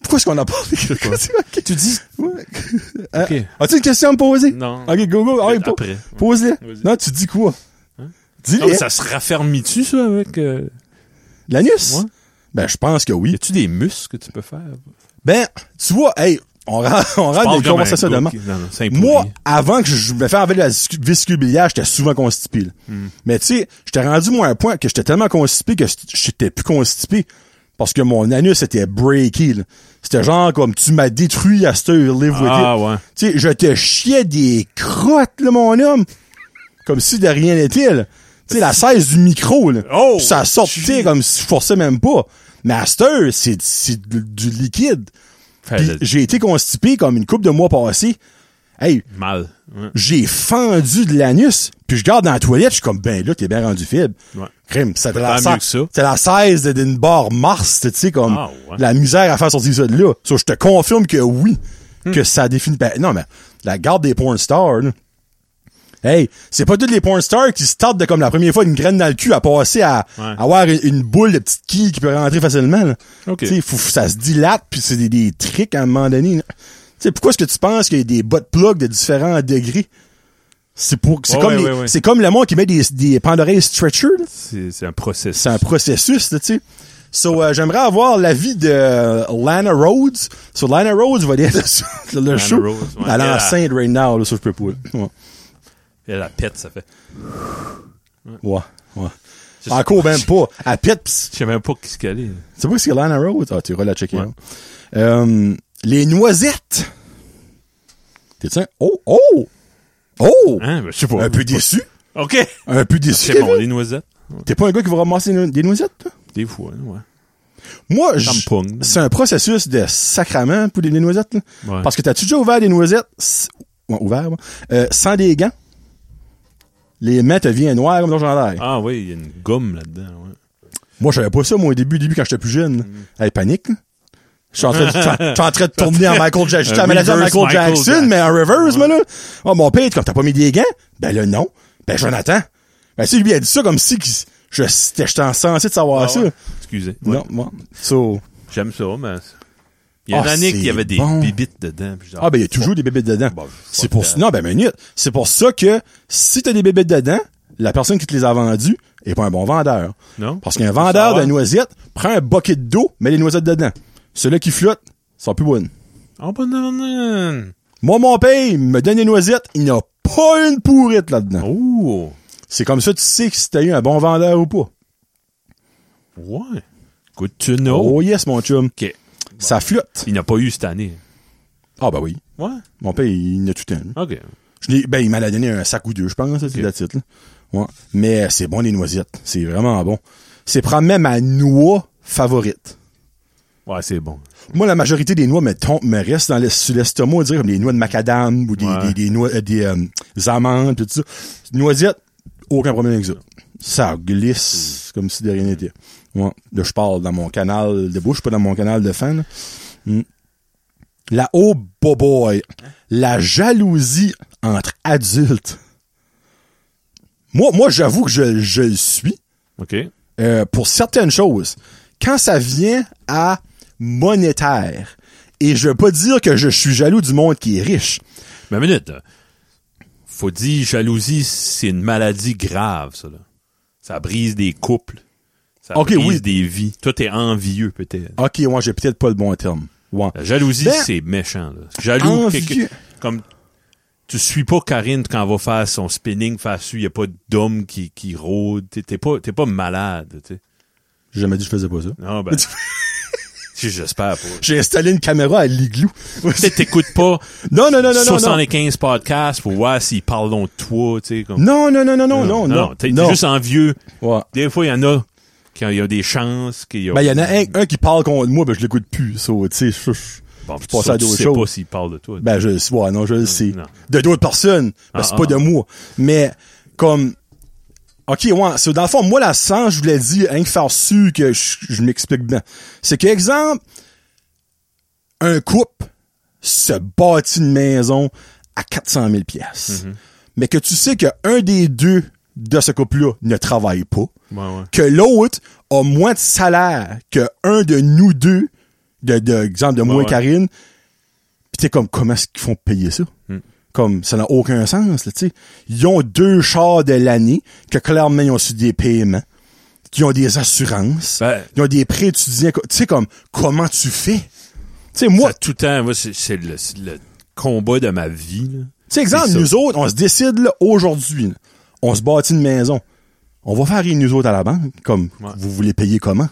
A: pourquoi est-ce qu'on a parlé?
B: Tu dis.
A: Ouais. Euh, As-tu une question à me poser?
B: Non.
A: Ok, go, go. Allez, po-
B: Après.
A: Pose-la.
B: Vas-y.
A: Non, tu dis quoi?
B: Hein? Non,
A: Dis-la.
B: mais ça se raffermit-tu, ça, avec. euh,
A: L'anus?
B: Ouais.
A: Ben, je pense que
B: Y
A: oui.
B: a-tu des muscles que tu peux faire?
A: Ben, tu vois, hey, on rend, on rend
B: Parle
A: des
B: comme un
A: conversations
B: gars
A: demain.
B: qui- Non, non, c'est impoli.
A: Moi, avant que je me fasse enlever la vis- vésicule biliaire, j'étais souvent constipé. là.
B: Hmm.
A: Mais tu sais, j'étais rendu moi à un point que j'étais tellement constipé que j't- j'étais plus constipé parce que mon anus était breaky. là. C'était genre comme tu m'as détruit à ce live with
B: Ah,
A: it.
B: ouais.
A: Tu sais, je te chiais des crottes là, mon homme. Comme si de rien n'était. là. Tu sais la 16 du micro là.
B: Oh!
A: ça sortait comme si je forçais même pas. Mais à cette heure, c'est c'est du du liquide.
B: Fait
A: Puis
B: le-
A: j'ai été constipé comme une coupe de mois passés. Hey,
B: Mal. Ouais.
A: j'ai fendu de l'anus, puis je garde dans la toilette, je suis comme, ben là, t'es bien rendu fibre.
B: Ouais.
A: Crime, c'était
B: Pas
A: la,
B: mieux que ça.
A: c'était la 16 de- d'une barre Mars, tu sais, comme,
B: Ah, ouais.
A: la misère à faire sortir ça de là. So, je te confirme que oui,
B: Hmm.
A: que ça définit pas. Non, mais la garde des porn stars, là. Hey, c'est pas toutes les porn stars qui startent de comme la première fois une graine dans le cul à passer à,
B: Ouais.
A: à avoir une, une boule de petite quille qui peut rentrer facilement. là.
B: Ok.
A: Tu sais, faut- faut- ça se dilate, puis c'est des, des tricks à un moment donné. là. Tu sais, pourquoi est-ce que tu penses qu'il y a des bottes plugs de différents degrés? C'est pour, c'est
B: Ouais,
A: comme,
B: ouais,
A: les-
B: ouais, ouais.
A: c'est comme le monde qui met des, des pandoreilles stretcher, là.
B: C'est c'est un processus.
A: C'est un processus, là, tu sais. So, euh, j'aimerais avoir l'avis de euh, Lana Rhodes. So, Lana Rhodes va dire le, le show.
B: Rhodes, ouais.
A: Elle est
B: Elle a-
A: enceinte right now, là, ça, je peux pas. là. Ouais.
B: Et la pète, ça fait.
A: Ouais. ouais.
B: C'est-
A: Encore même pas. Elle pète, pss.
B: Je sais même pas ce qu'elle est.
A: Tu sais pas ce que Lana Rhodes? Ah, tu iras la checker.
B: Ouais.
A: hein. Euh, les noisettes. T'es-tu un... Oh! Oh! Oh!
B: Hein? Ben, je sais pas.
A: Un peu déçu.
B: OK.
A: Un peu déçu.
B: C'est bon,
A: Kevin.
B: les noisettes. Ouais.
A: T'es pas un gars qui va ramasser no- des noisettes, toi?
B: Des fois, ouais.
A: Moi,
B: Ça me
A: je-
B: pogne.
A: c'est un processus de sacrament pour les les noisettes. là.
B: Ouais.
A: Parce que t'as-tu déjà ouvert des noisettes s- ouais, ouvert, moi, euh, sans des gants? Les mains te viennent noires comme dans l'air.
B: Ah oui, il y a une gomme là-dedans, ouais.
A: Moi, je savais pas ça, moi, au début, début quand j'étais plus jeune. là.
B: Mm-hmm.
A: Hey, panique, là. Je suis en train de, je suis en- je suis en train de tourner en Michael Jackson. J'étais
B: Un
A: en maladie en
B: reverse
A: Michael,
B: Michael
A: Jackson,
B: Jackson.
A: mais en reverse, moi, là. Oh, mon père, comme t'as pas mis des gants? Ben, là, non. Ben, Jonathan. Ben, si, lui, il a dit ça comme si qu'il s- je, c'était- j'étais censé de savoir
B: Ah,
A: ça.
B: ouais. Excusez. Ouais.
A: Non, moi. So.
B: J'aime ça, mais. Il y a une
A: Ah,
B: année
A: c'est
B: qu'il y avait des
A: bon.
B: bibites dedans. puis genre,
A: Ah, ben, il y a toujours des bébites dedans.
B: Bon,
A: c'est
B: fuck
A: pour,
B: that.
A: non, ben, minute. C'est pour ça que, si t'as des bébites dedans, la personne qui te les a vendues est pas un bon vendeur.
B: Non?
A: Parce qu'un
B: Ça
A: vendeur
B: va.
A: de noisettes prend un bucket d'eau, met les noisettes dedans. Ceux-là qui flottent sont plus bonnes.
B: Oh, bon, non, non.
A: Moi, mon père, il me donne des noisettes, il n'y a pas une pourrite là-dedans.
B: Oh!
A: C'est comme ça que tu sais que si t'as eu un bon vendeur ou pas.
B: Ouais. Good to know.
A: Oh yes, mon chum.
B: OK.
A: Ça flotte.
B: Il n'a pas eu cette année.
A: Ah, bah oui.
B: Ouais.
A: Mon père, il en a tout un.
B: OK.
A: Je l'ai- ben, il m'en a donné un sac ou deux, je pense, là, c'est
B: Ok.
A: la titre. là. Ouais. Mais euh, c'est bon, les noisettes. C'est vraiment bon. C'est probablement ma noix favorite.
B: Ouais, c'est bon.
A: Moi, la majorité des noix me, tombent- me restent dans l'es- sur l'estomac, on dirait comme des noix de macadam ou des,
B: Ouais.
A: des, des noix, euh, des, euh, des amandes, tout ça. Noisettes, aucun problème avec ça. Ça glisse comme si de rien n'était. Ouais. Là, je parle dans mon canal de bouche, pas dans mon canal de fan. là. Mm. La oh bo- boy, la jalousie entre adultes. Moi, moi, j'avoue que je, je le suis.
B: OK.
A: Euh, pour certaines choses. Quand ça vient à monétaire, et je veux pas dire que je suis jaloux du monde qui est riche.
B: Mais minute, là. Faut dire, jalousie, c'est une maladie grave, ça, là. Ça brise des couples. Ça
A: Ok,
B: brise
A: oui.
B: des vies. Toi, t'es envieux, peut-être.
A: Ok, ouais, j'ai peut-être pas le bon terme. Ouais.
B: La jalousie,
A: Ben,
B: c'est méchant, là. Jaloux,
A: envieux.
B: quelqu'un- comme, tu suis pas Karine quand elle va faire son spinning face il y a pas d'homme qui, qui rôde. T'es- T'es pas, t'es pas malade, tu sais.
A: J'ai jamais dit que je faisais pas ça.
B: Non, ben. J'espère pas.
A: J'ai installé une caméra à l'igloo.
B: Peut-être t'écoutes pas
A: non, non, non, non, non, non.
B: 75 podcasts pour voir s'ils parlent de toi, tu sais, comme.
A: Non, non, non, non, non, non, non.
B: T'es
A: non.
B: juste envieux.
A: Ouais.
B: Des fois, il y en a qui ont, il y a des chances qu'il y a.
A: Ben, il y en a un, un qui parle contre moi, ben, je l'écoute plus, so, tu sais, je- je-
B: Bon,
A: passes
B: ça,
A: à
B: tu
A: d'autres
B: sais
A: choses.
B: pas s'ils parlent de toi.
A: ben, je le sais, ouais, non, je le sais.
B: non.
A: De d'autres personnes, ben,
B: Ah,
A: c'est
B: ah,
A: pas de
B: ah.
A: moi. Mais, comme, OK, ouais. So, dans le fond, moi, la sens, je voulais dire, hein, que faire su que je, je m'explique bien. C'est que, exemple,
B: Mm-hmm.
A: un couple se bâtit une maison à 400 000 pièces. mais que tu sais qu'un des deux de ce couple-là ne travaille pas,
B: Ouais, ouais.
A: que l'autre a moins de salaire que un de nous deux, de, de exemple de moi et
B: Bah ouais.
A: Karine, pis t'es comme, comment est-ce qu'ils font pour payer ça?
B: Hmm.
A: Comme, ça n'a aucun sens, là, tu sais. Ils ont deux chars de l'année, que clairement, ils ont su des paiements, qui ont des assurances,
B: Ben,
A: ils ont des prêts étudiants, co- tu sais, comme, comment tu fais? Tu sais, moi,
B: ça, tout le temps, moi, c'est- c'est le, c'est le combat de ma vie. là.
A: Tu sais, exemple,
B: C'est ça.
A: nous autres, on se décide là, aujourd'hui. là. On se bâtit une maison. On va faire rire nous autres à la banque. Comme,
B: Ouais.
A: vous voulez payer comment?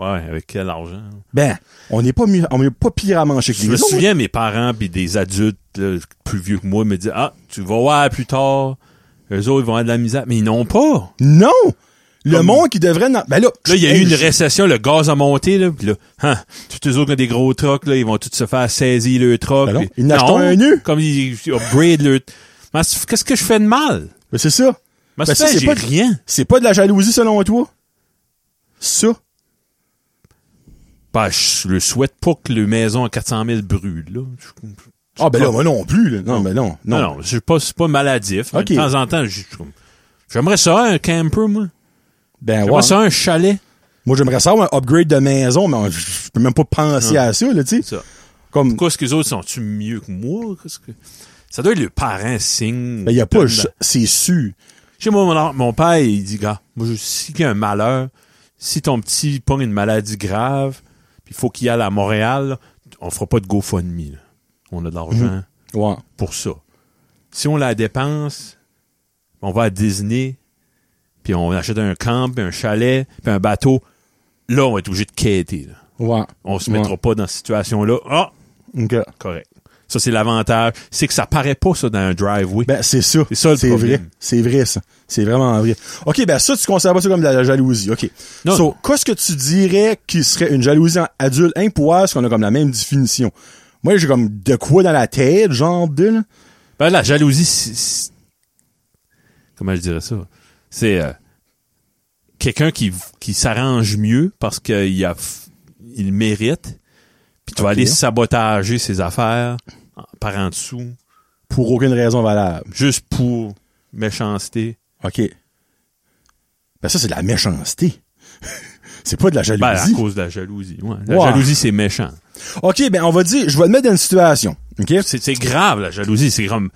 B: Ouais, avec quel argent?
A: Ben, on n'est pas, mieux- on n'est pas pire à manger que
B: Je
A: les
B: me
A: autres.
B: souviens, mes parents puis des adultes là, plus vieux que moi me disaient Ah, tu vas voir plus tard, eux autres ils vont avoir de la misère. Mais ils n'ont pas.
A: Non! Le
B: Comme-
A: monde qui devrait... na- Ben là,
B: Là, il y a eu
A: hey,
B: une
A: je-
B: récession, le gaz a monté, là, pis là, hein, tous les autres qui ont des gros trucks, là, ils vont tous se faire saisir le truck.
A: Ben non,
B: pis-
A: ils n'achètent
B: Non,
A: un nu.
B: Comme ils ils upgrade leur... Mais c'est- Qu'est-ce que je fais de mal?
A: Ben, c'est ça.
B: Mais
A: Ben, ça, c'est
B: j'ai
A: pas-
B: rien.
A: C'est pas de la jalousie, selon toi? Ça?
B: Ben, je le souhaite pas que le maison à 400 000 brûle, là. Je-
A: Ah, ben
B: pas-
A: là, moi non plus. là. Non, ben non.
B: Non,
A: Non,
B: non, c'est pas, c'est pas maladif. mais
A: Ok.
B: De temps en temps, je- je- j'aimerais ça, un camper, moi.
A: Ben
B: J'aimerais
A: ouais.
B: ça, un chalet.
A: Moi, j'aimerais ça avoir un upgrade de maison, mais on- je je peux même pas penser à ça, là, tu sais.
B: C'est ça.
A: Comme...
B: Hum. Pourquoi est-ce que les autres sont-tu mieux que moi? Qu'est-ce que- Ça doit être le parent signe.
A: Ben, il y a pas...
B: Donne-
A: je- C'est sûr.
B: Chez moi, mon, mon père, il dit, gars, moi, je- si qu'il y a un malheur, si ton petit pogne une maladie grave, puis il faut qu'il aille à Montréal, là, on fera pas de GoFundMe. là. On a de l'argent
A: Mhm. Ouais.
B: pour ça. Si on la dépense, on va à Disney, puis on achète un camp, puis un chalet, puis un bateau, là, on va être obligé de quêter. là.
A: Ouais.
B: On se
A: Ouais.
B: mettra pas dans cette situation-là. Ah,
A: OK.
B: correct. Ça, c'est l'avantage. C'est que ça paraît pas, ça, dans un driveway.
A: Ben, c'est ça.
B: C'est ça, le problème.
A: vrai. C'est vrai, ça. C'est vraiment vrai. OK, ben, ça, tu considères pas ça comme de la jalousie. OK.
B: Non.
A: So, qu'est-ce que tu dirais qui serait une jalousie en adulte impoire, parce qu'on a comme la même définition? Moi, j'ai comme de quoi dans la tête, genre de, là?
B: Ben, la jalousie, c'est- c'est- comment je dirais ça? C'est euh, quelqu'un qui, qui s'arrange mieux parce qu'il a, f- il le mérite, puis tu vas
A: Ok.
B: aller sabotager ses affaires en- par en dessous,
A: Pour aucune raison valable.
B: juste pour méchanceté.
A: OK. Ben, ça, c'est de la méchanceté. c'est pas de la
B: Ben, à
A: jalousie.
B: cause de la jalousie. ouais. La
A: Ouais.
B: jalousie, c'est méchant.
A: OK, ben, on va dire, je vais le mettre dans une situation. OK?
B: C'est c'est grave, la jalousie. C'est comme.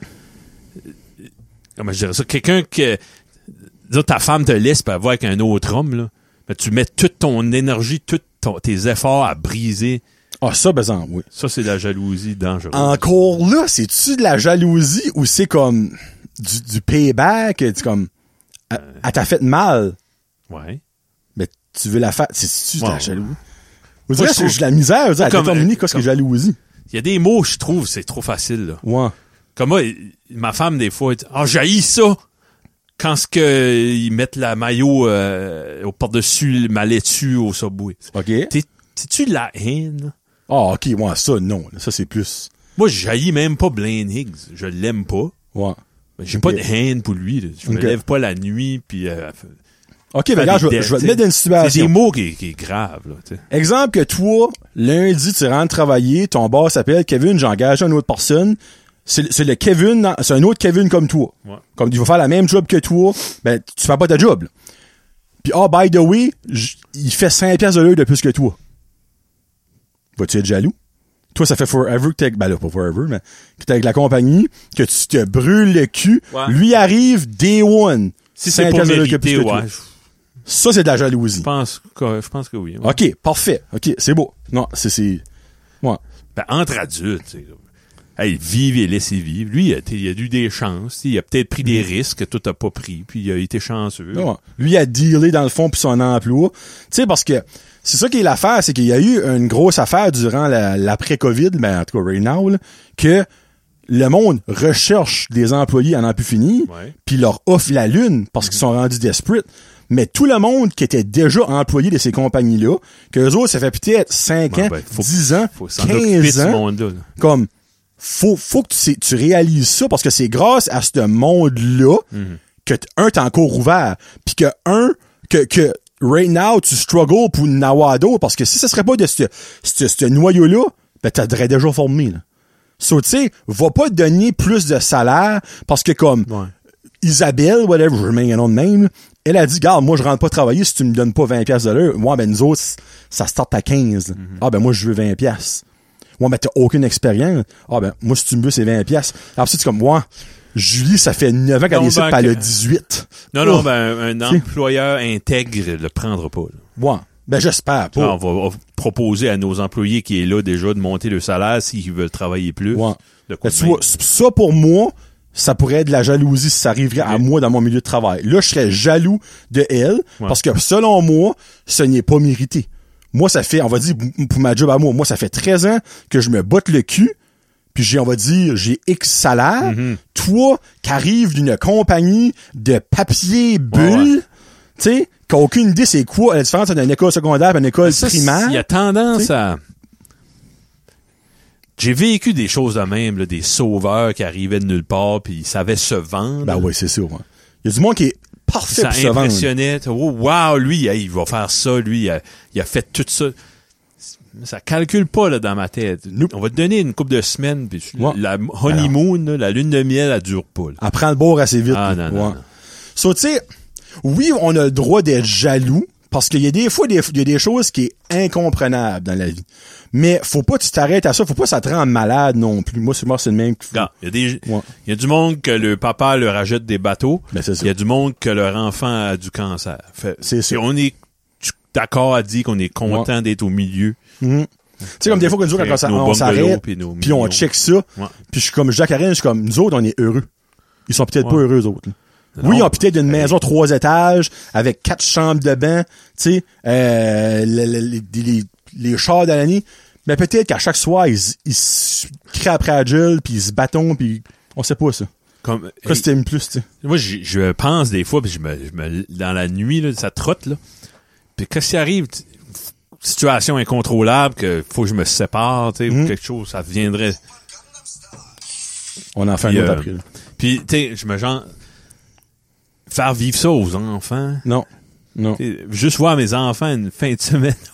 B: Comment je dirais ça? Quelqu'un que. disons, ta femme te laisse pour avoir avec un autre homme, là. Mais tu mets toute ton énergie, tous tes efforts à briser.
A: Ah, ça, ben, ça, oui.
B: Ça, c'est de la jalousie dangereuse.
A: Encore là, c'est-tu de la jalousie ou c'est comme du, du payback? C'est comme, elle
B: Euh.
A: elle t'a fait mal,
B: Ouais.
A: mais tu veux la faire. C'est-tu de
B: Ouais,
A: la
B: ouais.
A: jalousie? Vous dirait
B: je
A: que c'est
B: trouve-
A: de la misère, vous dirait, à
B: Comme- euh,
A: déterminer qu'est-ce que
B: comme-
A: jalousie.
B: Il y a des mots, je trouve, c'est trop facile, là.
A: Ouais.
B: Comme moi, il- ma femme, des fois, elle dit Ah, j'haïs ça! Quand ce que ils mettent la maillot euh, au par-dessus ma laitue au subway.
A: OK.
B: T'es- T'es-tu de la haine?
A: Ah, OK, ouais, ça, non. Ça, c'est plus.
B: Moi, je jaillis même pas Blaine Higgs. Je l'aime pas.
A: Ouais.
B: Mais J'ai
A: Ok.
B: pas de haine pour lui. là. Je me
A: Ok.
B: lève pas la nuit. Puis, euh,
A: OK, ben,
B: faire
A: regarde, je
B: des
A: vais- je vais
B: dettes,
A: te mettre dans une
B: c'est des
A: situation.
B: mots qui, qui est grave. Là, tu sais.
A: Exemple que toi, lundi, tu rentres travailler, ton boss s'appelle Kevin, j'engage une autre personne. C'est c'est le Kevin, dans- c'est un autre Kevin comme toi.
B: Ouais.
A: Comme il va faire la même job que toi, ben tu fais pas ta job. là. Puis ah by the way, j- il fait 5 pièces de l'heure de plus que toi. Vas-tu être jaloux Toi ça fait forever que t'es avec- ben là pas forever mais que t'es avec la compagnie que tu te brûles le cul,
B: Ouais.
A: lui arrive day one.
B: Si
A: cinq
B: c'est pour
A: piastres de l'heure de
B: mériter,
A: plus que toi.
B: ouais, je
A: Ça c'est de la jalousie.
B: pense que, je pense que oui. ouais.
A: OK, parfait. OK, c'est beau. Non, c'est c'est ouais.
B: Ben, entre adultes, tu sais, hey, vive et laissez vivre. Lui, il a, été- il a eu des chances. tu sais, Il a peut-être pris
A: Mm.
B: des risques que toi, t'as pas pris. Puis, il a été chanceux.
A: Ouais. Lui a dealé dans le fond pour son emploi. Tu sais, parce que c'est ça qui est l'affaire, c'est qu'il y a eu une grosse affaire durant la- l'après-COVID, ben, en tout cas right now, là, que le monde recherche des employés en plus fini,
B: Ouais. Mm-hmm.
A: puis leur offre la lune parce qu'ils sont rendus desperate. Mais tout le monde qui était déjà employé de ces compagnies-là, que eux autres, ça fait peut-être 5
B: Ouais,
A: ans,
B: ben, faut-
A: 10 ans,
B: Faut s'en occuper de
A: 15
B: ce
A: ans,
B: monde-là. là.
A: comme faut faut que tu, sais- tu réalises ça parce que c'est grâce à ce monde là que t- un t'es encore ouvert puis que un que que right now tu struggles pour Nawado parce que si ce serait pas de ce ce, ce noyau là ben t'aurais déjà formé là. So, tu sais, va pas donner plus de salaire parce que comme
B: Ouais.
A: Isabelle, whatever, je mets un nom de même, là, elle a dit, garde, moi, je rentre pas travailler si tu me donnes pas 20 pièces de l'heure. Moi, ben, nous autres, ça start à 15.
B: Mhm.
A: Ah, ben, moi, je veux 20 pièces. Ouais, mais t'as aucune expérience. Ah, ben, moi, si tu me veux, c'est 20 pièces. Alors, c'est comme, moi, Julie, ça fait 9 ans qu'elle
B: Non,
A: est ici,
B: ben,
A: puis elle a
B: que-
A: 18.
B: Non, non,
A: Oh,
B: ben, un employeur intègre le prendra pas. là.
A: Ouais. Ben, j'espère pas.
B: Là, on va on va proposer à nos employés qui est là déjà de monter le salaire s'ils veulent travailler plus.
A: Ouais.
B: De
A: Ben,
B: quoi de
A: tu
B: même.
A: vois, c- ça pour moi, ça pourrait être de la jalousie si ça arriverait à
B: Ok.
A: moi dans mon milieu de travail. Là, je serais jaloux de elle
B: Ouais.
A: parce que selon moi, ce n'est pas mérité. Moi, ça fait, on va dire, m- pour ma job à moi, moi, ça fait 13 ans que je me botte le cul, puis j'ai, on va dire, j'ai X salaire.
B: Mm-hmm.
A: Toi, qui arrives d'une compagnie de papier bulle, tu sais, qui a aucune idée c'est quoi la différence entre une école secondaire et une école
B: Ça,
A: primaire.
B: Il y a tendance
A: tu sais.
B: à. J'ai vécu des choses de même, là, des sauveurs qui arrivaient de nulle part puis ils savaient se vendre.
A: Ben oui, c'est sûr. ouais. Il y a du monde qui est parfait
B: ça
A: pour se vendre.
B: impressionnait. Oh, wow, lui, hey, il va faire ça, lui, il a, il a fait tout ça. Ça calcule pas là, dans ma tête.
A: Nope.
B: On va te donner une couple de semaines, puis
A: Ouais.
B: la honeymoon, là, la lune de miel, elle dure pas. là.
A: Elle prend le bord assez vite.
B: Ah,
A: là.
B: non, non,
A: Ouais.
B: non.
A: So, tu sais, oui, on a le droit d'être jaloux, parce qu'il y a des fois, des, il y a des choses qui est incomprenable dans la vie. Mais faut pas que tu t'arrêtes à ça, faut pas que ça te rende malade non plus. Moi, c'est moi, c'est le même. que-
B: Regarde, Il y, a des-
A: Ouais.
B: il y a du monde que le papa leur achète des bateaux.
A: Ben, c'est ça.
B: il y a du monde que leur enfant a du cancer. Fait-
A: C'est
B: Et
A: sûr.
B: on est tu- d'accord à dire qu'on est content d'être au milieu.
A: Tu sais, comme des fois, que nous autres,
B: Avec
A: quand ça-
B: nos
A: on
B: bungalows
A: s'arrête,
B: puis nos
A: puis on
B: millions.
A: check ça,
B: Ouais.
A: puis je suis comme Jacques Arène, je suis comme, nous autres, on est heureux. Ils sont peut-être
B: Ouais.
A: pas heureux, eux autres. là.
B: Non.
A: oui, ils ont peut-être une maison trois étages, avec quatre chambres de bain, tu sais, euh, le- le- les, les- les chars de l'année. Mais peut-être qu'à chaque soir, ils, s- ils se crient après la gueule, puis ils se battent, puis on sait pas ça.
B: Comme,
A: Qu'est-ce que t'aimes plus, tu sais?
B: Moi, je, je pense des fois, puis je me, je me- dans la nuit, là, ça trotte, là. Puis qu'est-ce qui arrive? Tu- Situation incontrôlable, que faut que je me sépare, tu sais,
A: Hmm.
B: ou quelque chose, ça viendrait.
A: On en fait un
B: Puis,
A: autre
B: euh,
A: après. là.
B: Puis, tu sais, je me genre... Faire vivre ça aux enfants.
A: Non. Non.
B: Tu sais, Juste voir mes enfants une fin de semaine.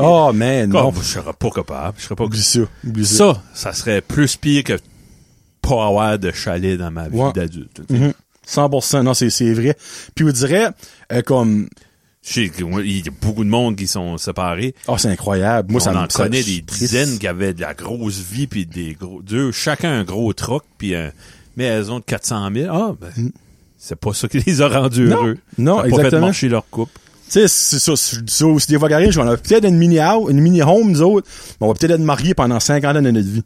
A: Oh, man,
B: Comme,
A: non.
B: je serais pas capable. Je serais pas
A: Oublie ça. Oublie ça.
B: Ça, ça serait plus pire que pas avoir de chalet dans ma vie
A: Ouais.
B: d'adulte.
A: Mhm. 100%, non, c'est c'est vrai. Puis on dirait, euh, comme,
B: Je sais que, ouais, Il y a beaucoup de monde qui sont séparés.
A: oh, c'est incroyable. Moi, ça
B: on
A: me
B: en
A: ça-
B: connaît
A: je suis
B: des
A: triste.
B: dizaines qui avaient de la grosse vie puis des gros deux chacun un gros truc puis une maison de 400 000 ah ben c'est pas ça qui les a rendus
A: Mm. Non,
B: heureux
A: non,
B: ça a pas fait
A: exactement.
B: marcher leur couple
A: Tu sais, c'est ça, c'est ça aussi des fois garés, on a peut-être une mini house, une mini home, nous autres, mais on va peut-être être mariés pendant 50 ans de notre vie.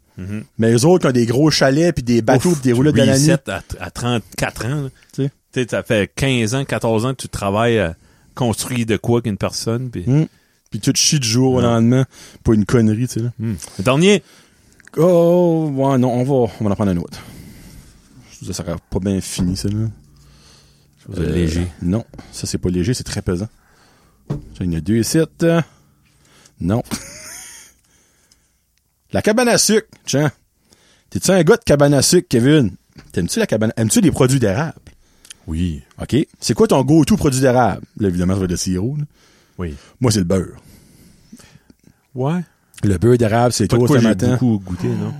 A: Mais les autres qui ont des gros chalets puis des bateaux
B: Mhm. Ouf,
A: puis des
B: tu
A: roulettes de l'année.
B: reset à, à 34 ans là.
A: tu sais.
B: tu sais ça fait 15 ans 14 ans que tu travailles à construire de quoi qu'une personne puis
A: Mm. Puis tu te chies du jour au lendemain pour une connerie, tu sais là.
B: Mm. Le dernier
A: Oh, ouais, non, on va, on va en prendre un autre. Ça ça sera pas bien fini, ça, là.
B: Chose de léger.
A: Euh, Non, ça, c'est pas léger, c'est très pesant. Ça, il y en a deux ici. euh. Non. la cabane à sucre, tiens. T'es-tu un gars de cabane à sucre, Kevin? T'aimes-tu la cabane? Aimes-tu les produits d'érable?
B: oui
A: OK. C'est quoi ton go-to produit d'érable? Là, évidemment, ça va être le sirop. là.
B: oui
A: Moi, c'est le beurre.
B: ouais
A: Le beurre d'érable, c'est
B: pas de
A: toi
B: quoi
A: ce
B: j'ai
A: matin.
B: beaucoup goûté non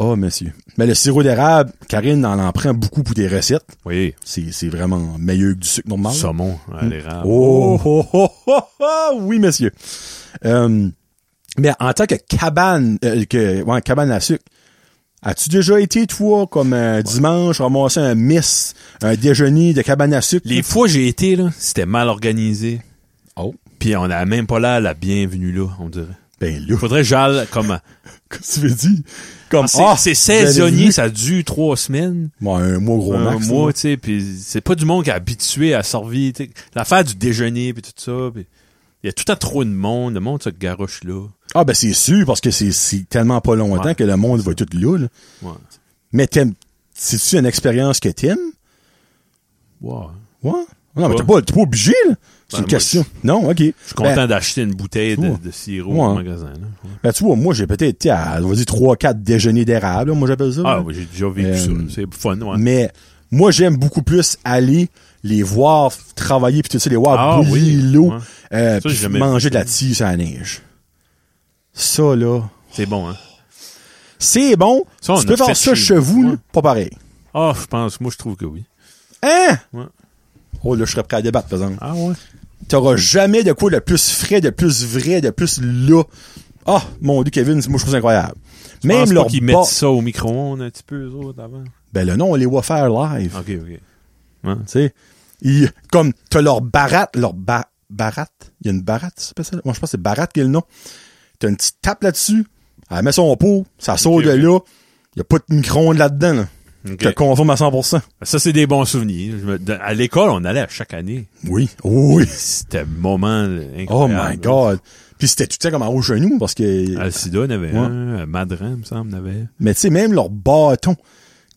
A: Oh, monsieur. Mais le sirop d'érable, Karine en en prend beaucoup pour des recettes.
B: oui
A: C'est, c'est vraiment meilleur que du sucre normal.
B: saumon à l'érable
A: Mm. Oh, oh, oh, oh, oh, oui, monsieur. Euh, mais en tant que cabane, euh, que, ouais, cabane à sucre, as-tu déjà été, toi, comme un dimanche, ramasser un miss, un déjeuner de cabane à sucre?
B: les fois j'ai été là c'était mal organisé
A: Oh.
B: Puis on a même pas là la bienvenue là, on dirait.
A: Ben là,
B: Faudrait que j'aille comme
A: qu'est-ce que tu veux dire? Comme,
B: c'est
A: ah,
B: c'est
A: vous avez
B: saisonnier,
A: vu?
B: ça dure trois semaines,
A: Ouais, un mois gros
B: un
A: max.
B: mois,
A: là.
B: tu sais, puis c'est pas du monde qui est habitué à servir, tu sais. l'affaire du déjeuner puis tout ça, puis il y a tout à trop de monde, le monde se garoche là.
A: Ah, ben c'est sûr, parce que c'est, c'est tellement pas longtemps
B: Ouais.
A: que le monde va tout là, là.
B: Ouais.
A: Mais t'aimes, c'est-tu une expérience que t'aimes?
B: Wow.
A: Ouais. Non, mais
B: Ouais.
A: t'es pas, t'es pas obligé, là. C'est une
B: Ben, moi,
A: question. Non, ok.
B: Je suis content d'acheter une bouteille de,
A: Ben, Ouais.
B: de sirop
A: Ouais.
B: au magasin. là. Ouais.
A: Ben, tu vois, moi, j'ai peut-être été à, on va dire, trois, quatre déjeuners d'érable, là, moi, j'appelle ça.
B: Ah
A: là.
B: oui, j'ai déjà vécu
A: Euh,
B: ça, là. c'est fun, ouais.
A: Mais, moi, j'aime beaucoup plus aller les voir f- travailler, puis tu sais, les voir
B: Ah
A: bouillir
B: oui,
A: l'eau,
B: ouais.
A: euh,
B: Ça,
A: puis
B: j'ai jamais
A: manger
B: fait
A: de la tille sur la neige. Ça, là,
B: C'est bon, hein.
A: c'est bon.
B: Ça, on
A: tu peux
B: a
A: faire
B: fait
A: ça
B: chez
A: chez vous,
B: nous,
A: là,
B: ouais.
A: pas pareil.
B: Ah, je pense, moi je trouve que oui.
A: Hein?
B: Ouais.
A: Oh, là, je serais prêt à débattre, par exemple.
B: Ah ouais.
A: T'auras jamais de quoi de plus frais, de plus vrai, de plus là. Ah, mon dieu, Kevin, moi, je trouve ça incroyable.
B: Même
A: Même
B: pas
A: leur
B: qu'ils
A: ba-
B: mettent ça au micro-ondes un petit peu, eux autres, avant.
A: Ben, le nom, on les voit faire live.
B: OK, OK.
A: Tu sais, ils- comme t'as leur baratte, leur ba- baratte. Il y a une baratte, ça s'appelle ça? Moi, je pense que c'est baratte qui est le nom. T'as une petite tape là-dessus. Elle met son pot. Ça sort
B: Ok,
A: de
B: ok.
A: là. Il y a pas de micro-ondes là-dedans. là.
B: Ok.
A: Je te confirme à 100%.
B: Ça, c'est des bons souvenirs. Je me- de- À l'école, on allait à chaque année.
A: Oui. Oui.
B: C'était un moment là,
A: Oh
B: incroyable. Ah.
A: my God. Puis c'était tout ça comme à haut genou parce que...
B: Alcida en avait
A: Ouais.
B: un, euh, Madran, me semble, en avait.
A: Mais tu sais, même leur bâton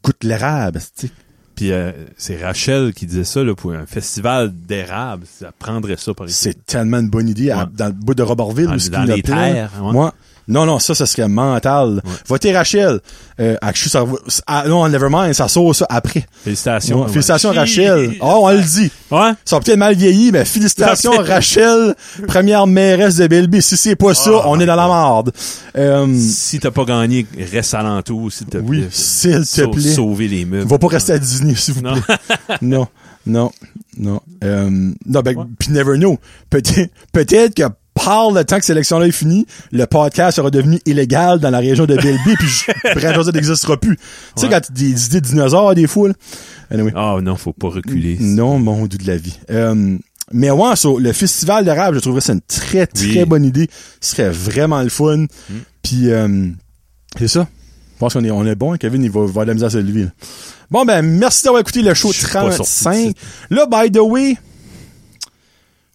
A: coûte l'érable, tu sais.
B: Puis euh, c'est Rachel qui disait ça là, pour un festival d'érable, ça prendrait ça par ici.
A: C'est tellement une bonne idée à-
B: Ouais.
A: dans le bout de Robertville
B: Dans-
A: ou ce
B: dans
A: qu'il y en a
B: les
A: plein.
B: terres, ouais.
A: Moi, non, non, ça, ça serait mental. Votez Rachel. Euh, ah, je suis sur- ah, non, nevermind, ça sort ça après.
B: Félicitations.
A: Ouais, Félicitations
B: Ouais.
A: Rachel. Oh, on le dit.
B: Ouais.
A: Ça a peut-être mal vieilli, mais félicitations
B: Ça fait-
A: Rachel, première mairesse de Belleville. Si c'est pas ça,
B: Oh
A: on est
B: my
A: dans la marde. Euh,
B: Si t'as pas gagné, reste à l'entour, s'il te plaît.
A: Oui, s'il te
B: Sauve-
A: plaît.
B: Sauver les meubles.
A: va pas rester à Disney, s'il vous
B: Non.
A: plaît. non, non, non. Euh, non, ben,
B: Ouais.
A: pis never know. Peut-être peut-être que par le temps que cette élection-là est finie, le podcast sera devenu illégal dans la région de Belleville, puis Brad Joseph n'existera plus. Tu sais,
B: Ouais.
A: quand t'as des idées de dinosaures, des foules. Anyway.
B: Ah non, faut pas reculer.
A: Non, mon dieu de la vie. Euh, mais ouais, sur le festival d'arabe, je trouverais ça une très, très
B: Oui. Mm.
A: bonne idée. Ce serait vraiment le fun. Puis, euh, c'est ça. Je pense qu'on est, on est bon. hein, Kevin, il va avoir de la misère sur lui. là. Bon, ben, merci d'avoir écouté le show
B: Je suis pas sorti
A: 35.
B: de
A: Là, by the way,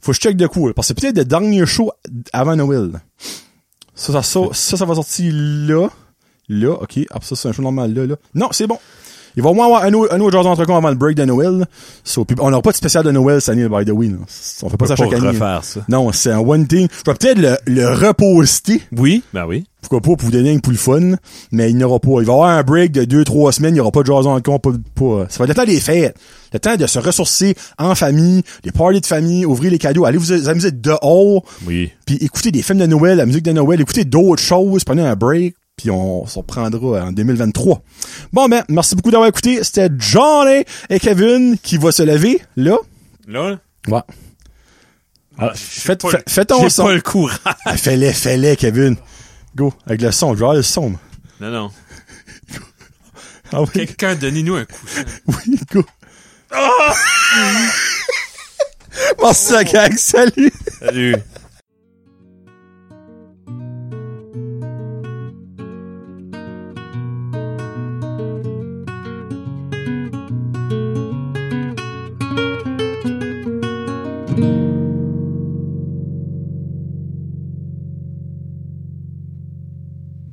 A: faut que je check de quoi. Parce que c'est peut-être le dernier show avant Noël. Ça, ça, sort- ça, ça va sortir là. Là, OK. Ah, ça, c'est un show normal là, là. Non, c'est bon. Il va au moins avoir un autre, un autre genre d'entrecon avant le break de Noël. So, puis on n'aura pas de spécial de Noël cette année, by the way. là. On fait pas ça
B: Faut pas
A: chaque année.
B: refaire ça.
A: Non, c'est un one thing. Je vais peut-être le, le reposter.
B: Oui, ben oui.
A: Pourquoi pas, pour vous donner un pour le fun. Mais il n'y aura pas. Il va y avoir un break de deux, trois semaines. Il n'y aura pas de jason en con. Pas, pas- ça va être le temps des fêtes. Le temps de se ressourcer en famille, des parties de famille, ouvrir les cadeaux, aller vous amuser dehors
B: Oui.
A: puis écoutez des films de Noël, la musique de Noël, écoutez d'autres choses, prenez un break, puis on s'en reprendra euh, en 2023. Bon ben, merci beaucoup d'avoir écouté. C'était Johnny et Kevin qui va se lever, là.
B: Là, là,
A: Ouais.
B: fais,
A: fais- fais ton son.
B: pas le courage.
A: Ah, fais-les, fais-les, Kevin. Go, avec le son, je vais avoir le son. moi.
B: Non, non.
A: Ah oui,
B: Quelqu'un, donnez-nous un coup.
A: oui, go.
B: Ah!
A: merci la gang, salut!
B: Salut.